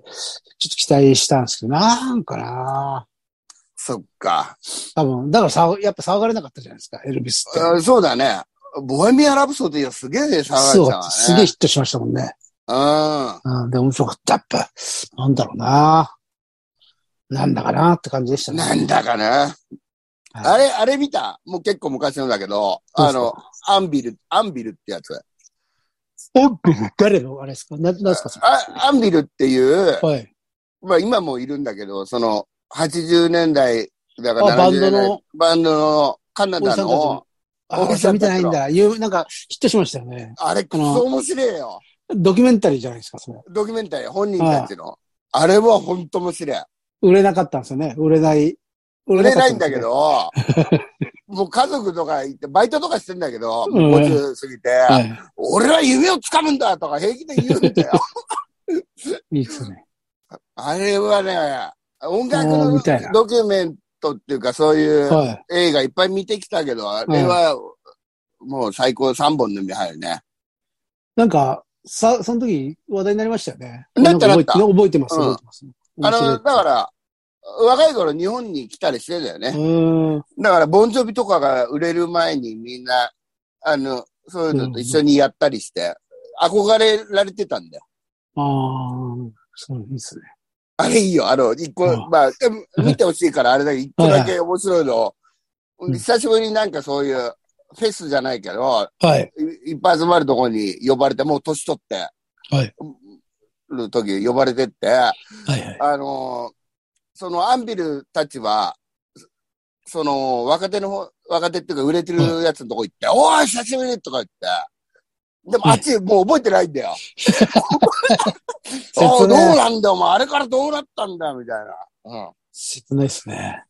[SPEAKER 1] ちょっと期待したんですけど、なんかな
[SPEAKER 2] そっか。
[SPEAKER 1] 多分、だからさ、やっぱ騒がれなかったじゃないですか、エルビスって。
[SPEAKER 2] うんそうだね。ボヘミアン・ラブソディはすげえね、サ
[SPEAKER 1] す
[SPEAKER 2] ー
[SPEAKER 1] ご
[SPEAKER 2] ち
[SPEAKER 1] か
[SPEAKER 2] ゃん
[SPEAKER 1] っ
[SPEAKER 2] は
[SPEAKER 1] た。
[SPEAKER 2] ね。
[SPEAKER 1] すげえヒットしましたもんね。
[SPEAKER 2] うん。
[SPEAKER 1] うん、で、面白かった。やっぱ、なんだろうななんだかなって感じでしたね。
[SPEAKER 2] なんだかね。
[SPEAKER 1] はい
[SPEAKER 2] あれ、あれ見たもう結構昔のだけど、あの、アンビル、アンビルってやつ。
[SPEAKER 1] オンビル誰のあれですかな、なんですかそれ
[SPEAKER 2] あアンビルっていう、
[SPEAKER 1] はい。
[SPEAKER 2] まあ今もいるんだけど、その80年代、だから
[SPEAKER 1] あバ
[SPEAKER 2] 70
[SPEAKER 1] ンド
[SPEAKER 2] 年代
[SPEAKER 1] の、
[SPEAKER 2] バンドのカナ
[SPEAKER 1] おじ
[SPEAKER 2] ダ
[SPEAKER 1] さんたち
[SPEAKER 2] の
[SPEAKER 1] の、。あ、
[SPEAKER 2] お
[SPEAKER 1] お
[SPEAKER 2] じ
[SPEAKER 1] じ
[SPEAKER 2] さ
[SPEAKER 1] さ
[SPEAKER 2] ん
[SPEAKER 1] ん
[SPEAKER 2] た
[SPEAKER 1] 見
[SPEAKER 2] ち
[SPEAKER 1] てな
[SPEAKER 2] の
[SPEAKER 1] いんだ。いう、なんか、ヒットしましたよね。
[SPEAKER 2] あれ、くそ面白いよ。
[SPEAKER 1] ドキュメンタリーじゃないですか、それ。
[SPEAKER 2] ドキュメンタリー、本人たちの。あれは本当面白い。
[SPEAKER 1] 売れなかったんですよね。売れない。売
[SPEAKER 2] 売れないん
[SPEAKER 1] か
[SPEAKER 2] だ
[SPEAKER 1] った
[SPEAKER 2] け
[SPEAKER 1] ですよね。
[SPEAKER 2] ど、もう家族とか行って、バイトとかしてんだけど、
[SPEAKER 1] うん
[SPEAKER 2] もう50過ぎて、
[SPEAKER 1] はい。
[SPEAKER 2] 俺は夢をつかむんだとか平気で言うんだよ。
[SPEAKER 1] いいですね。
[SPEAKER 2] あれはね、音楽
[SPEAKER 1] おー
[SPEAKER 2] の
[SPEAKER 1] みたいな
[SPEAKER 2] ドキュメントっていうか、そういう
[SPEAKER 1] はい。
[SPEAKER 2] 映画いっぱい見てきたけど、あれは、もう最高3本の目入るね。
[SPEAKER 1] なんか、さ、その時話題になりましたよね。
[SPEAKER 2] なっ
[SPEAKER 1] んか覚
[SPEAKER 2] た
[SPEAKER 1] え
[SPEAKER 2] なった
[SPEAKER 1] て覚えてます、
[SPEAKER 2] うん
[SPEAKER 1] 覚えてます。、
[SPEAKER 2] あの、だからら、若い頃日本に来たりしてんだよね。
[SPEAKER 1] うーん。
[SPEAKER 2] だから、ボンジョビとかが売れる前にみんな、あの、そういうのと一緒にやったりして、憧れられてたんだよ。
[SPEAKER 1] ああ、そう、いいですね。
[SPEAKER 2] あれいいよ、あの、一個、
[SPEAKER 1] うん
[SPEAKER 2] まあ、でも見てほしいから、あれだけ一個だけ面白いのを、
[SPEAKER 1] うん
[SPEAKER 2] 久しぶりになんかそういう、フェスじゃないけど、
[SPEAKER 1] はい。
[SPEAKER 2] いいっぱい集まるとこに呼ばれて、もう年取って、
[SPEAKER 1] はい。
[SPEAKER 2] る時呼ばれてって、
[SPEAKER 1] はいはい。
[SPEAKER 2] あのーそのアンビルたちは、その、若手の方、若手っていうか売れてるやつのとこ行って、おー、久しぶりとか言って、でも
[SPEAKER 1] うん
[SPEAKER 2] あっち、もう覚えてない んだよ。
[SPEAKER 1] 明
[SPEAKER 2] おー、どうなんだよ、お前、あれからどうなったんだ、みたいな。
[SPEAKER 1] 切ないですね。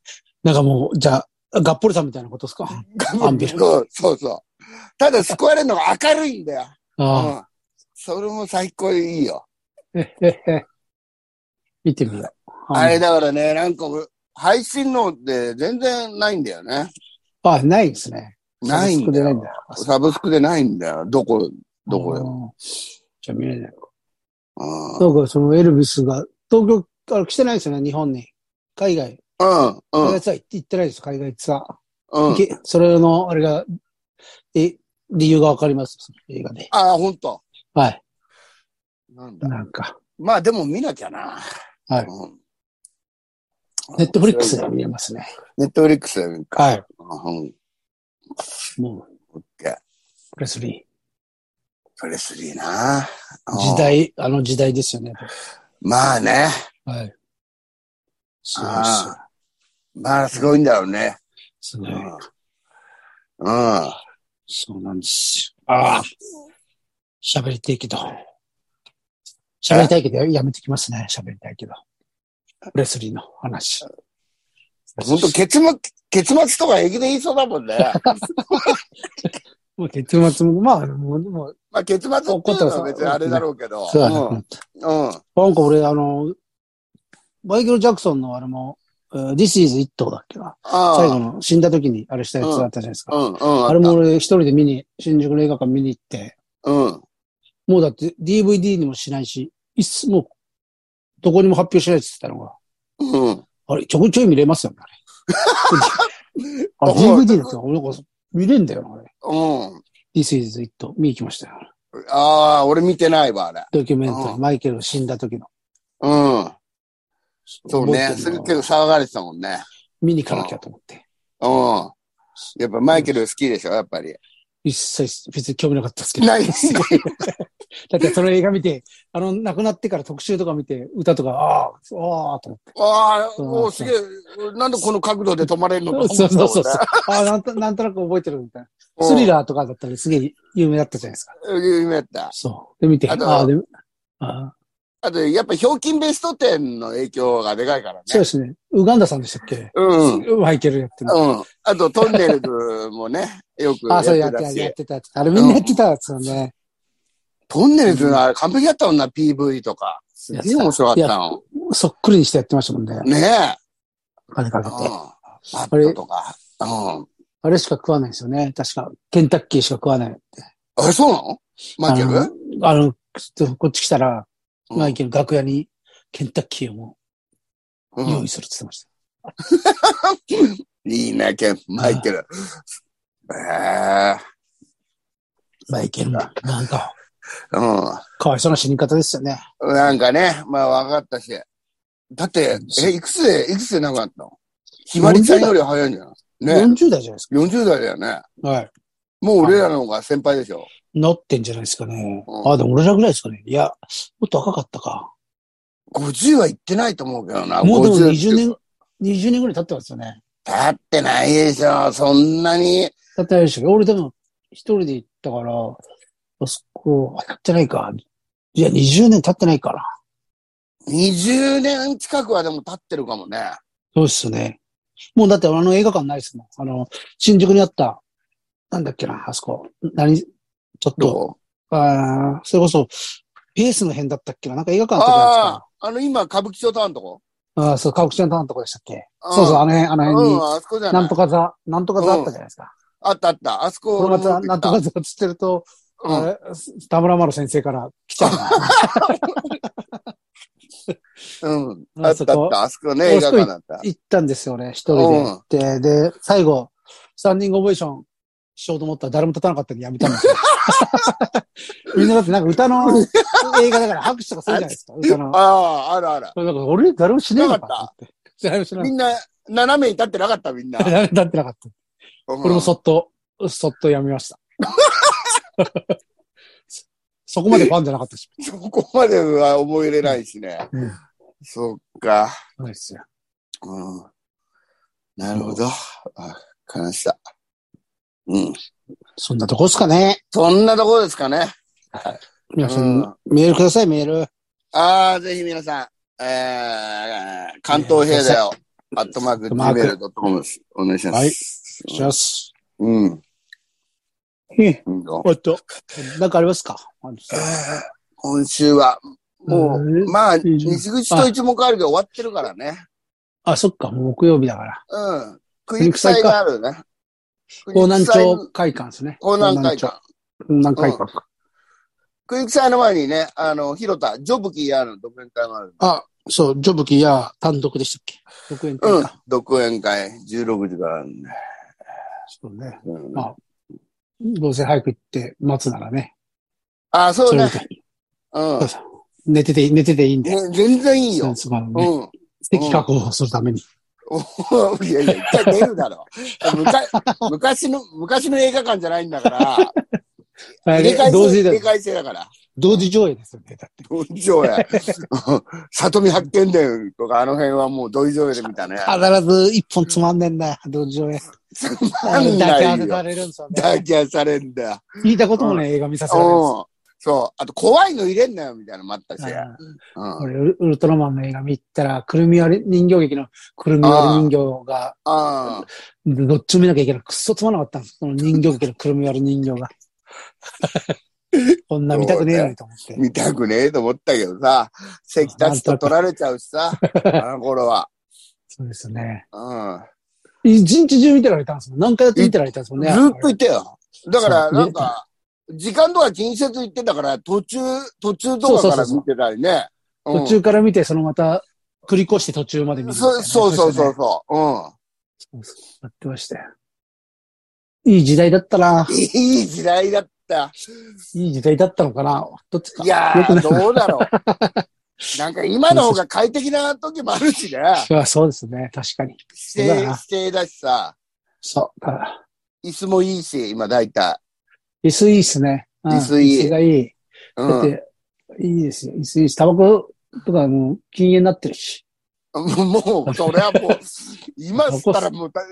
[SPEAKER 1] なんかもう、じゃあ、ガッポリさんみたいなことですかあ
[SPEAKER 2] うん。
[SPEAKER 1] アンビル
[SPEAKER 2] そうそうそう。ただ、救われるのが明るいんだよ。
[SPEAKER 1] あ。
[SPEAKER 2] うん。それも最高いいよ。
[SPEAKER 1] えへへ。見てみよう。
[SPEAKER 2] あれだからね、なんか、配信のって全然ないんだよね。
[SPEAKER 1] あ、ないですね。
[SPEAKER 2] ないん
[SPEAKER 1] サブスクで
[SPEAKER 2] だ
[SPEAKER 1] ない
[SPEAKER 2] よ
[SPEAKER 1] ん。だ。あ
[SPEAKER 2] サブスクでないんだよ。どこ、どこよ。
[SPEAKER 1] よ。じゃあ見れない。
[SPEAKER 2] う
[SPEAKER 1] なんかそのエルビスが、東京、あれ来てないですよね、日本に。海外。
[SPEAKER 2] ん、うん、
[SPEAKER 1] 海
[SPEAKER 2] うん
[SPEAKER 1] 外ツアー行って行ってないです、海外ツアー。
[SPEAKER 2] うん。
[SPEAKER 1] けそれの、あれが、え、理由がわかります、その映画で。
[SPEAKER 2] ああ、ほんと。
[SPEAKER 1] はい。
[SPEAKER 2] なんだ。
[SPEAKER 1] なんか、
[SPEAKER 2] まあでも見なきゃな。
[SPEAKER 1] はい
[SPEAKER 2] うん
[SPEAKER 1] ネットフリックスで。見えますね。
[SPEAKER 2] ネットフリックスで見るか。
[SPEAKER 1] はい。
[SPEAKER 2] うん。
[SPEAKER 1] もう、
[SPEAKER 2] オッケー。
[SPEAKER 1] プレスリ
[SPEAKER 2] プレスリーな。
[SPEAKER 1] ー。時
[SPEAKER 2] うん。
[SPEAKER 1] 代、あの時代ですよね。
[SPEAKER 2] まあね。
[SPEAKER 1] はい。すごいっすよ
[SPEAKER 2] ああ。まあすごいんだろうね。
[SPEAKER 1] す
[SPEAKER 2] う
[SPEAKER 1] ごい。
[SPEAKER 2] ん。うん。
[SPEAKER 1] そうなんですよ。ああ。喋りたいけど。喋りたいけど、やめてきますね。喋りたいけど。プレスリーの話。
[SPEAKER 2] ほんと、結末、結末とか平気で言いそうだ もんね。
[SPEAKER 1] もう結末も、まあ、もう、もう、
[SPEAKER 2] まあ結末っていうのは別にあれだろうけど。
[SPEAKER 1] そうだね。
[SPEAKER 2] うん。う
[SPEAKER 1] なん
[SPEAKER 2] ん。
[SPEAKER 1] か俺、あの、マイケル・ジャクソンのあれも、えー This is It だっけな。最後
[SPEAKER 2] あ
[SPEAKER 1] の死んだ時にあれしたやつだったじゃないです
[SPEAKER 2] あ。
[SPEAKER 1] か。
[SPEAKER 2] うん、うん。
[SPEAKER 1] あれも俺一人で見に、新宿の映画館見に行って、
[SPEAKER 2] うん。
[SPEAKER 1] もうだって DVD にもしないし、いつも、どこにも発表しないって言ってたのが、
[SPEAKER 2] うん。
[SPEAKER 1] あれ、ちょこちょい見れますよね、 あれ。あれ DVD だって、俺なんか見れんだよな、あれ。
[SPEAKER 2] うん。
[SPEAKER 1] This is It 見に行きましたよ。
[SPEAKER 2] ああ、俺見てないわ、あれ。
[SPEAKER 1] ドキュメンタリ
[SPEAKER 2] う
[SPEAKER 1] ー、マイケルが死んだ時の。
[SPEAKER 2] うん。そうね。
[SPEAKER 1] 覚えて
[SPEAKER 2] す
[SPEAKER 1] ん
[SPEAKER 2] る
[SPEAKER 1] の
[SPEAKER 2] けど騒がれてたもんね。
[SPEAKER 1] 見に行かなきゃと思って。
[SPEAKER 2] うん。やっぱマイケル好きでしょ、やっぱり。
[SPEAKER 1] 一切別に興味なかったですけど。
[SPEAKER 2] ない
[SPEAKER 1] だってその映画見て、あの、亡くなってから特集とか見て、歌とか、ああ、ああ、と思って。
[SPEAKER 2] ああ、
[SPEAKER 1] そう
[SPEAKER 2] おーすげえ。なんでこの角度で止まれるのと思った
[SPEAKER 1] そうそうそうそう。
[SPEAKER 2] も
[SPEAKER 1] ああ、なんと、なんとなく覚えてるみたいな。ス
[SPEAKER 2] んね
[SPEAKER 1] リラーとかだったらすげえ有名だったじゃないですか。
[SPEAKER 2] うん夢やった。
[SPEAKER 1] そう。で、見て、
[SPEAKER 2] あ
[SPEAKER 1] あ
[SPEAKER 2] と
[SPEAKER 1] あ、で、ああ、
[SPEAKER 2] あと、やっぱ、ひょうきんベスト10の影響がでかいからね。
[SPEAKER 1] そうですね。ウガンダさんでしたっけ
[SPEAKER 2] うん。うん。
[SPEAKER 1] マイケルやってる。
[SPEAKER 2] あと、トンネルズもね、よく
[SPEAKER 1] あ
[SPEAKER 2] や
[SPEAKER 1] あ、
[SPEAKER 2] っ
[SPEAKER 1] そう
[SPEAKER 2] て
[SPEAKER 1] やって
[SPEAKER 2] た
[SPEAKER 1] た、やっ
[SPEAKER 2] し。
[SPEAKER 1] てた。あれみんなやってたやつよね。
[SPEAKER 2] トンネルズのあれ完璧だったもんな、PV とか。すげえ面白かったの。
[SPEAKER 1] そっくりにしてやってましたもんね。
[SPEAKER 2] ねえ。
[SPEAKER 1] お金かけ
[SPEAKER 2] うん。
[SPEAKER 1] て。
[SPEAKER 2] バットとか。うん。
[SPEAKER 1] あれしか食わないですよね。確か。ケンタッキーしか食わない。
[SPEAKER 2] あ、そうなのマイケル
[SPEAKER 1] あの、あのちょっとこっち来たら、
[SPEAKER 2] うん
[SPEAKER 1] マイケル楽屋にケンタッキーをも
[SPEAKER 2] う
[SPEAKER 1] うん用意するって言ってました。
[SPEAKER 2] いいね、ケン、マイケル。え
[SPEAKER 1] マイケルも、なんか、
[SPEAKER 2] え
[SPEAKER 1] かわいそうな死に方ですよね。
[SPEAKER 2] うん。なんかね、まあ分かったし。だって、え、いくつで、いくつで亡くなったのひまりちゃんより早いんじゃないね。
[SPEAKER 1] 40代じゃないです
[SPEAKER 2] 40代だよね。
[SPEAKER 1] か。はい。
[SPEAKER 2] もう俺らの方が先輩でしょ。
[SPEAKER 1] なってんじゃないですかね。
[SPEAKER 2] うん
[SPEAKER 1] あ、でも俺らぐらいですかね。いや、もっと若かったか。
[SPEAKER 2] 50は行ってないと思うけどな。
[SPEAKER 1] もうでも
[SPEAKER 2] 50
[SPEAKER 1] 20年、20年ぐらい経ってますよね。
[SPEAKER 2] 経ってないでしょ。そんなに。
[SPEAKER 1] 経ってないでしょ。俺でも一人で行ったから、あそこ、あ経ってないか。いや、20年経ってないから。
[SPEAKER 2] 20年近くはでも経ってるかもね。
[SPEAKER 1] そうっすね。もうだってあの映画館ないですもん。あの、新宿にあった、なんだっけな、あそこ。何、ちょっと、
[SPEAKER 2] どう
[SPEAKER 1] ああ、それこそ、ペースの辺だったっけな。なんか映画館あったじゃないです
[SPEAKER 2] あ
[SPEAKER 1] か。
[SPEAKER 2] あ、あの今、歌舞伎町タワーのとこ
[SPEAKER 1] ああー、そう、川口ちゃんのとこでしたっけ。そうそう、
[SPEAKER 2] あ
[SPEAKER 1] あの辺、あの辺に。
[SPEAKER 2] うん、あそこじゃ
[SPEAKER 1] な
[SPEAKER 2] なんい
[SPEAKER 1] と。か座、なんとか座あったじゃないですか。
[SPEAKER 2] あったあった。あそこ
[SPEAKER 1] これまた、なんとか
[SPEAKER 2] うん
[SPEAKER 1] 座ってってると、あれ田村丸先生から来ちゃうな。
[SPEAKER 2] うん。
[SPEAKER 1] うん
[SPEAKER 2] あったあ
[SPEAKER 1] そ
[SPEAKER 2] っ
[SPEAKER 1] こ
[SPEAKER 2] た。あそこね、映画館だった。
[SPEAKER 1] 行ったんですよね、一人で行って。で、最後、スタンディングオベーションしようと思ったら誰も立たなかったんでやめたんですよ。みんなだってなんか歌の映画だから拍手とかするじゃないですか、歌の。
[SPEAKER 2] ああ、あるある。
[SPEAKER 1] それなんか俺誰もしねえのかなって。誰もしなか
[SPEAKER 2] み
[SPEAKER 1] っ
[SPEAKER 2] んな、斜めに立ってなかった、みんな
[SPEAKER 1] た。。誰も立ってなかった。 俺もそっと、そっとやめました。そそこまでファンじゃなかったし。
[SPEAKER 2] うん。そこまでは思い入れないしね。
[SPEAKER 1] うん
[SPEAKER 2] そっか。
[SPEAKER 1] そうですよ。
[SPEAKER 2] うん。なるほど。あ、感じた。うん。
[SPEAKER 1] そんなとこですかね。
[SPEAKER 2] そんなところですかね。
[SPEAKER 1] 皆さん、
[SPEAKER 2] うん
[SPEAKER 1] メールください、メール。
[SPEAKER 2] ああ、ぜひ皆さん、えー、関東平だよ。アットマーク、gmail.com です。お願いしま
[SPEAKER 1] はい
[SPEAKER 2] す。
[SPEAKER 1] します。
[SPEAKER 2] うん。
[SPEAKER 1] え
[SPEAKER 2] うんと
[SPEAKER 1] おっと、なんかありますか
[SPEAKER 2] えー今週は、もう、
[SPEAKER 1] えー
[SPEAKER 2] まあ、
[SPEAKER 1] いいじゃん
[SPEAKER 2] 西口と一目あるで終わってるからね。
[SPEAKER 1] あ、そっか、もう木曜日だから。
[SPEAKER 2] うん。国際があるね。
[SPEAKER 1] 江南
[SPEAKER 2] 国
[SPEAKER 1] 町
[SPEAKER 2] 際。
[SPEAKER 1] 会館ですね。
[SPEAKER 2] 江南会館。
[SPEAKER 1] 江南会館。
[SPEAKER 2] 国際の前にね、あの、広田、ジョブキーアーの独演会もある。
[SPEAKER 1] あ、そう、ジョブキや単独でしたっけ独演会
[SPEAKER 2] うん
[SPEAKER 1] か。。
[SPEAKER 2] 独演会、16時からあるんで。
[SPEAKER 1] そうね。
[SPEAKER 2] うん
[SPEAKER 1] まあどうせ早く行って待つならね。
[SPEAKER 2] あ、そう
[SPEAKER 1] それ
[SPEAKER 2] ね
[SPEAKER 1] み。たい
[SPEAKER 2] うん
[SPEAKER 1] そう。寝てて、寝てていいんで。
[SPEAKER 2] ね全然いいよ。
[SPEAKER 1] そこのね
[SPEAKER 2] うん。
[SPEAKER 1] 席確保するために。
[SPEAKER 2] いやいや、一回出る だろ。むか昔の、昔の映画館じゃないんだから、
[SPEAKER 1] あ
[SPEAKER 2] 入れ
[SPEAKER 1] れ
[SPEAKER 2] 替え
[SPEAKER 1] 同時
[SPEAKER 2] 制、入れ
[SPEAKER 1] で、
[SPEAKER 2] 替え制だから。
[SPEAKER 1] 同時上映ですよね。だって。
[SPEAKER 2] 同時上映。 里見発見伝とか、あの辺はもう同時上映で見たね。
[SPEAKER 1] 必ず一本つまんねんな、同時上映。
[SPEAKER 2] まんない
[SPEAKER 1] 抱き合わせ
[SPEAKER 2] よ
[SPEAKER 1] られるんですよね。
[SPEAKER 2] 抱き合されんだ。
[SPEAKER 1] 聞いたこともね、映画見さ
[SPEAKER 2] うん
[SPEAKER 1] せられるんですよ。。
[SPEAKER 2] そう。あと、怖いの入れんなよ、みたいなのもあったし。
[SPEAKER 1] あー
[SPEAKER 2] うん。
[SPEAKER 1] 俺、ウルウルトラマンの映画見たら、くるみ割り人形劇のくるみ割り人形が、
[SPEAKER 2] あ
[SPEAKER 1] どっちも見なきゃいけない。くっそつまんなかったんです。その人形劇のくるみ割り人形 が。こんな見たくねえのにと思って。
[SPEAKER 2] 見たくねえと思ったけどさ、席立つと取られちゃうし さ、あの頃は。
[SPEAKER 1] そうですよね。
[SPEAKER 2] うん。
[SPEAKER 1] 一日中見てられたんですもん。何回だって見てられたんですもんね。
[SPEAKER 2] ずっといたよ。だから、
[SPEAKER 1] そう
[SPEAKER 2] なんか、時間とか気にせず行ってたから、途中、途中と
[SPEAKER 1] そうそ
[SPEAKER 2] かか
[SPEAKER 1] う
[SPEAKER 2] ら
[SPEAKER 1] そう
[SPEAKER 2] 見てたりね。うん
[SPEAKER 1] 途中から見て、そのまた、繰り越して途中まで見るみたいな
[SPEAKER 2] そ
[SPEAKER 1] ね、
[SPEAKER 2] そうそう
[SPEAKER 1] で
[SPEAKER 2] そ
[SPEAKER 1] し
[SPEAKER 2] うそう。
[SPEAKER 1] たねそうそうやってましたよ。いい時代だったな
[SPEAKER 2] う。ん。 いい時代だった。
[SPEAKER 1] いい時代だったのかな。どっちか。
[SPEAKER 2] いや
[SPEAKER 1] よく
[SPEAKER 2] ー、
[SPEAKER 1] ない
[SPEAKER 2] どうだろう。なんか今の方が快適な時もあるしね。
[SPEAKER 1] いやそうですね。確かに。
[SPEAKER 2] 指
[SPEAKER 1] そう
[SPEAKER 2] 定、
[SPEAKER 1] だな
[SPEAKER 2] 指定だしさ。
[SPEAKER 1] そう。だから
[SPEAKER 2] 椅子もいいし、今大体。
[SPEAKER 1] 椅子いいっすね。うん
[SPEAKER 2] 椅子いい
[SPEAKER 1] 椅子がいい。
[SPEAKER 2] う
[SPEAKER 1] だっ
[SPEAKER 2] ん。
[SPEAKER 1] て、いいですよ。椅子いいし、タバコとかもう禁煙になってるし。
[SPEAKER 2] もう、それはも う、今吸ったらもう大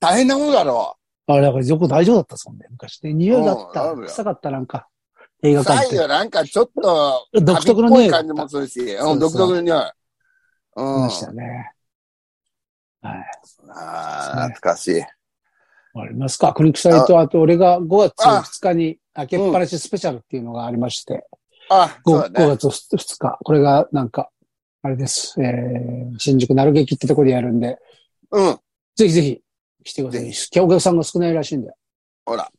[SPEAKER 2] 大変なもんだろ
[SPEAKER 1] あれ、だから横大丈夫だったっすもんね、昔ね。匂いだっ
[SPEAKER 2] うん
[SPEAKER 1] た
[SPEAKER 2] あ。るよ
[SPEAKER 1] 臭かった、なんか。映
[SPEAKER 2] う。
[SPEAKER 1] 画館っ
[SPEAKER 2] 最
[SPEAKER 1] て。
[SPEAKER 2] 後なんかちょっと、
[SPEAKER 1] 独特の匂い
[SPEAKER 2] カ
[SPEAKER 1] があ
[SPEAKER 2] ビっぽい感じも
[SPEAKER 1] っ
[SPEAKER 2] するし、
[SPEAKER 1] そう
[SPEAKER 2] う、
[SPEAKER 1] そうん
[SPEAKER 2] 独特の匂い。
[SPEAKER 1] た。
[SPEAKER 2] うん
[SPEAKER 1] まし。たね。はい。
[SPEAKER 2] ああ、懐かしい。
[SPEAKER 1] 終わりますか。国際と、あと俺が5月2日に開けっぱなしスペシャルっていうのがありまして、
[SPEAKER 2] あ、そう
[SPEAKER 1] 5,
[SPEAKER 2] だね。
[SPEAKER 1] 月2日。これがなんか、あれです。えー、新宿なる劇ってとこでやるんで、
[SPEAKER 2] うん。
[SPEAKER 1] ぜひぜひ来てください。お客さんが少ないらしいんで。
[SPEAKER 2] ほら。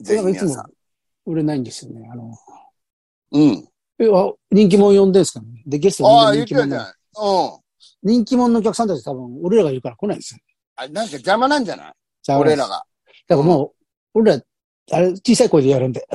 [SPEAKER 2] ぜ
[SPEAKER 1] な
[SPEAKER 2] ひ
[SPEAKER 1] んか
[SPEAKER 2] 皆
[SPEAKER 1] いつ
[SPEAKER 2] さ
[SPEAKER 1] も
[SPEAKER 2] ん。
[SPEAKER 1] 売れないんですよね。あの、
[SPEAKER 2] うん。
[SPEAKER 1] え、あ人気者呼んでるんですかね。で、ゲスト
[SPEAKER 2] ああ、
[SPEAKER 1] みん
[SPEAKER 2] 言
[SPEAKER 1] な人気者
[SPEAKER 2] ってたじゃ
[SPEAKER 1] な
[SPEAKER 2] ない。うん。
[SPEAKER 1] 人気者のお客さんたち多分、俺らがいるから来ないんですよ。
[SPEAKER 2] あ、なんか邪魔なんじゃない
[SPEAKER 1] じゃあ
[SPEAKER 2] 俺ら。が。
[SPEAKER 1] だからもう、俺ら、あれ、小さい声でやるんで。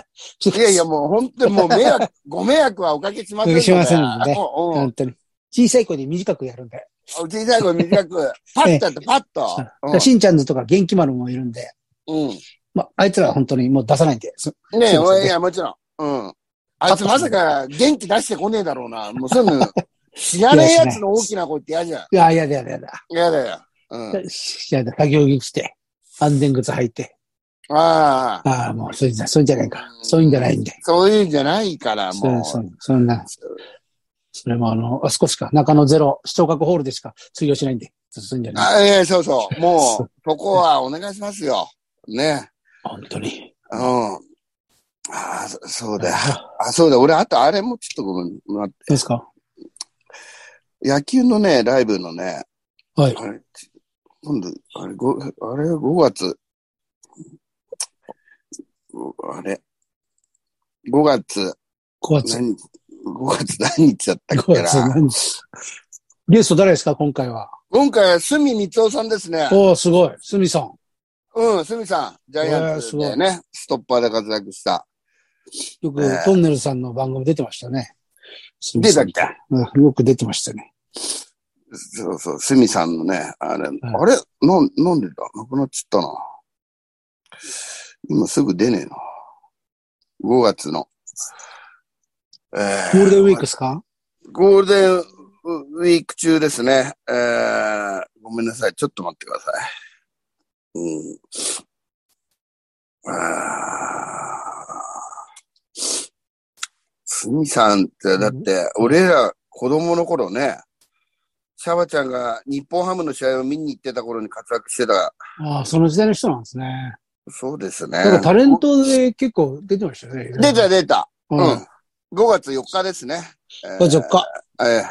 [SPEAKER 2] いやいや、もう本当にもう迷惑、 ご迷惑はおかけしませんので。
[SPEAKER 1] しませんので
[SPEAKER 2] うんうん
[SPEAKER 1] 本当に。小さい声で短くやるんで。
[SPEAKER 2] 小さ い子短く、パッとやって、パッと。
[SPEAKER 1] だからしんちゃんズとか元気丸もいるんで、
[SPEAKER 2] うん。うん。
[SPEAKER 1] まあ、あいつらは本当にもう出さないんで。す
[SPEAKER 2] ねえ、
[SPEAKER 1] そうですね
[SPEAKER 2] いや、もちろん。うん。あいつまさか元気出してこねえだろうな。もうそういうの、知らねえやつの大きな声って嫌じゃん。
[SPEAKER 1] いや、いやだやだやだ。
[SPEAKER 2] 嫌だよ。うん。
[SPEAKER 1] いやだ、作業着着て、安全靴履いて。
[SPEAKER 2] ああ。
[SPEAKER 1] ああ、もう、そういうんじゃ、そういうんじゃないか。そういうんじゃないんで。
[SPEAKER 2] そういうんじゃないから、
[SPEAKER 1] そ
[SPEAKER 2] も
[SPEAKER 1] うそうそんな。それもあの、あそこしか、中野ゼロ、視聴覚ホールでしか通用しないんで。そうそういうんじゃ
[SPEAKER 2] う。
[SPEAKER 1] ない。
[SPEAKER 2] あええそうそう。
[SPEAKER 1] そ
[SPEAKER 2] もう、そこはお願いしますよ。ね。
[SPEAKER 1] 本当に。
[SPEAKER 2] うん。ああ、そそうだよ。あ、そうだ。俺、あと、あれもちょっとごめん。ま
[SPEAKER 1] どうですか
[SPEAKER 2] 野球のね、ライブのね、
[SPEAKER 1] はい。
[SPEAKER 2] あれ、ち今度、あれ、ごあれ5月、ごあれ、5月、
[SPEAKER 1] 5月。
[SPEAKER 2] 何、5月何日だったっ
[SPEAKER 1] 5
[SPEAKER 2] け
[SPEAKER 1] 月
[SPEAKER 2] な。
[SPEAKER 1] 何日ゲスト誰ですか今回は。
[SPEAKER 2] 今回は、すみみつおさんですね。
[SPEAKER 1] おおすごい。すみさん。
[SPEAKER 2] うん、すみさん、ジャイアンツ
[SPEAKER 1] うわー
[SPEAKER 2] でね、ストッパーで活躍した。
[SPEAKER 1] よく、
[SPEAKER 2] ねえ
[SPEAKER 1] トンネルさんの番組出てましたね。すみ
[SPEAKER 2] 出
[SPEAKER 1] さ
[SPEAKER 2] た
[SPEAKER 1] ん
[SPEAKER 2] っけ
[SPEAKER 1] うん、よく出てましたね。
[SPEAKER 2] そうそう、すみさんのね、あれ、あれ、なん、なんでだなくなっちゃったな。今すぐ出ねえな。5月の。えー
[SPEAKER 1] ゴールデンウィークですか
[SPEAKER 2] ゴールデンウィーク中ですね。えー、ごめんなさい。ちょっと待ってください。うん。あーすみさんって、だって、俺ら子供の頃ね、シャバちゃんが日本ハムの試合を見に行ってた頃に活躍してた。
[SPEAKER 1] ああ、その時代の人なんですね。
[SPEAKER 2] そうですね
[SPEAKER 1] なんか。タレントで結構出てましたよね。
[SPEAKER 2] 出た出た。
[SPEAKER 1] う
[SPEAKER 2] うん
[SPEAKER 1] ん。。
[SPEAKER 2] 5月4日ですね。
[SPEAKER 1] じゃあ、ジョッカ。
[SPEAKER 2] えーえー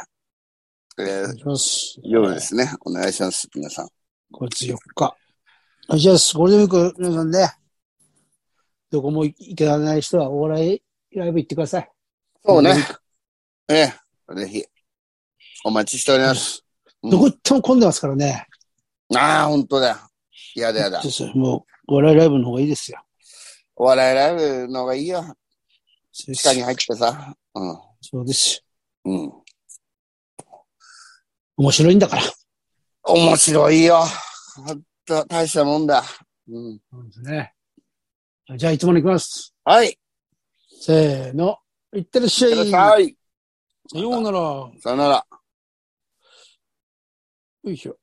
[SPEAKER 1] お
[SPEAKER 2] えー
[SPEAKER 1] 願いします。
[SPEAKER 2] 夜ですね。お願いします、皆さん。
[SPEAKER 1] 5月4日。じゃあ、ゴールデンウィーク、皆さんね、どこも行けられない人は、お笑いライブ行ってください。
[SPEAKER 2] そうね。ええ、ぜひ。お待ちしております。うん
[SPEAKER 1] どこ行っても混んでますからね。
[SPEAKER 2] ああ、本当だよ。やだやだ
[SPEAKER 1] そう。そうもう、お笑いライブの方がいいですよ。
[SPEAKER 2] お笑いライブの方がいいよ。
[SPEAKER 1] そうで
[SPEAKER 2] 地下
[SPEAKER 1] す
[SPEAKER 2] に。入ってさ。うん。
[SPEAKER 1] そうです。
[SPEAKER 2] うん。
[SPEAKER 1] 面白いんだから。
[SPEAKER 2] 面白いよ。ほんと、大したもんだ。うん。
[SPEAKER 1] そうですね。じゃあ、いつもの行きます。
[SPEAKER 2] はい。
[SPEAKER 1] せーの。いってらっしゃ
[SPEAKER 2] くだ
[SPEAKER 1] い。
[SPEAKER 2] さい。
[SPEAKER 1] さようなら。よ
[SPEAKER 2] さよなら。
[SPEAKER 1] いしょ。